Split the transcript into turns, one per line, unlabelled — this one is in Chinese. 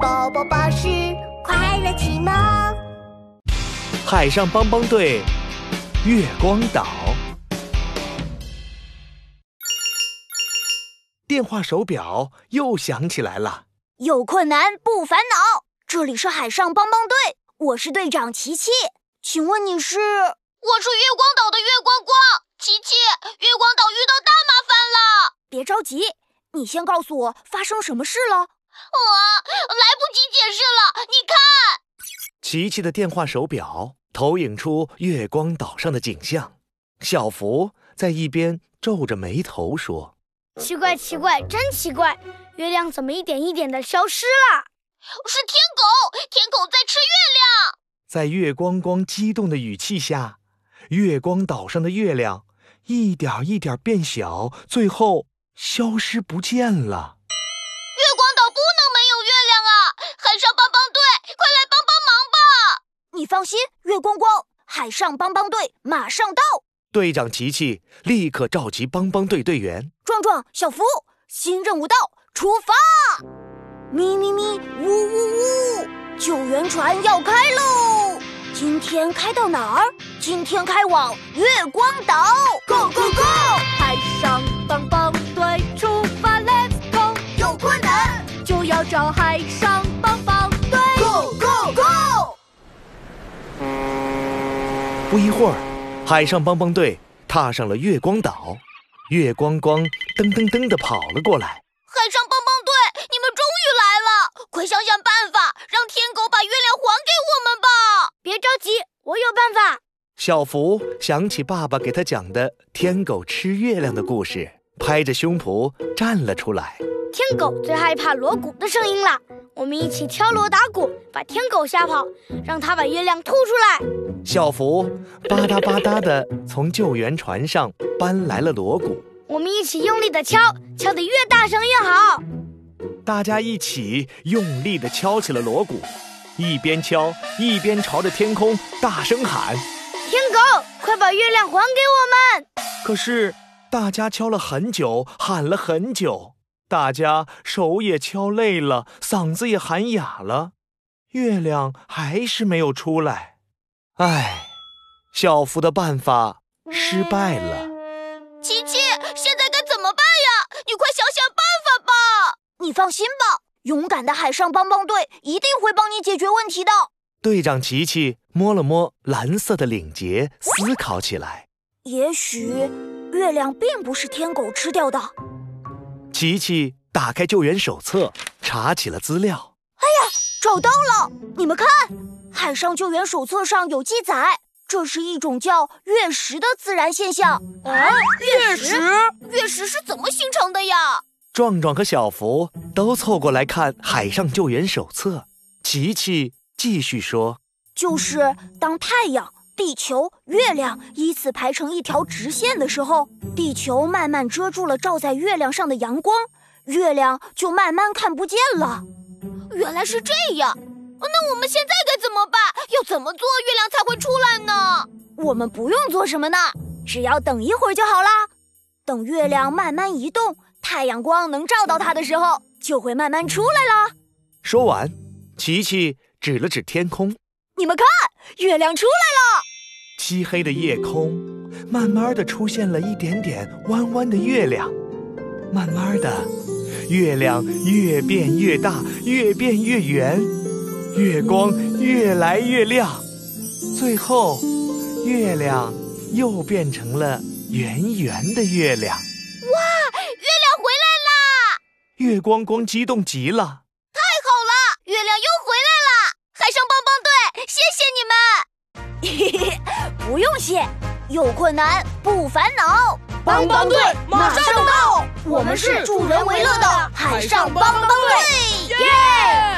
宝宝巴士快乐启蒙。
海上帮帮队，月光岛。电话手表又响起来了。
有困难不烦恼，这里是海上帮帮队，我是队长琪琪，请问你是？
我是月光岛的月光光，琪琪，月光岛遇到大麻烦了，
别着急，你先告诉我发生什么事了。
我来不及解释了。你看，
琪琪的电话手表投影出月光岛上的景象。小福在一边皱着眉头说
奇怪，奇怪，真奇怪，月亮怎么一点一点的消失了？
是天狗，天狗在吃月亮。：“
在月光光激动的语气下，月光岛上的月亮一点儿一点儿变小，最后消失不见了。”
月光岛不能没有月亮啊！海上帮帮队，快来帮帮忙吧！
你放心，月光光，海上帮帮队马上到。
队长琪琪立刻召集帮帮队队员，
壮壮、小福，新任务到，出发！咪咪咪，呜呜呜，救援船要开喽！今天开到哪儿？今天开往月光岛！Go go go！
海上帮帮队出发，Let's go！
有困难
就要找海上帮帮队。
，Go go go！
不一会儿，海上帮帮队踏上了月光岛。月光光噔噔噔地跑了过来，
海上帮帮队，你们终于来了，快想想办法，让天狗把月亮还给我们吧！
别着急，我有办法。
小福想起爸爸给他讲的天狗吃月亮的故事，拍着胸脯站了出来。
天狗最害怕锣鼓的声音了，我们一起敲锣打鼓，把天狗吓跑，让它把月亮吐出来。
小福吧嗒吧嗒地从救援船上搬来了锣鼓，
我们一起用力的敲，敲得越大声越好。
大家一起用力地敲起了锣鼓，一边敲一边朝着天空大声喊。
天狗，快把月亮还给我们！
可是大家敲了很久，喊了很久，大家手也敲累了，嗓子也喊哑了，月亮还是没有出来。唉，小福的办法失败了。
琪琪，现在该怎么办呀？你快想想办法吧！
你放心吧，勇敢的海上帮帮队一定会帮你解决问题的。
队长琪琪摸了摸蓝色的领结，思考起来。
也许月亮并不是天狗吃掉的。
琪琪打开救援手册，查起了资料。
找到了，你们看，海上救援手册上有记载，这是一种叫月食的自然现象。啊，月食？
月食是怎么形成的呀？
壮壮和小福都凑过来看海上救援手册。琪琪继续说。
就是当太阳、地球、月亮依次排成一条直线的时候，地球慢慢遮住了照在月亮上的阳光，月亮就慢慢看不见了。
原来是这样，
哦
那我们现在该怎么办？要怎么做月亮才会出来呢？
我们不用做什么呢，只要等一会儿就好啦。等月亮慢慢移动，太阳光能照到它的时候，就会慢慢出来啦。
说完，琪琪指了指天空，
你们看，月亮出来
漆黑的夜空，慢慢的出现了一点点弯弯的月亮，慢慢的，月亮越变越大，越变越圆，月光越来越亮，最后，月亮又变成了圆圆的月亮。
月亮回来了，
月光光激动极了，
太好了，月亮又回来了！海上帮帮队，谢谢你们！
了， 不用谢。有困难不烦恼，
帮帮队马上
到。
我们是助人为乐的
海上帮帮队，耶！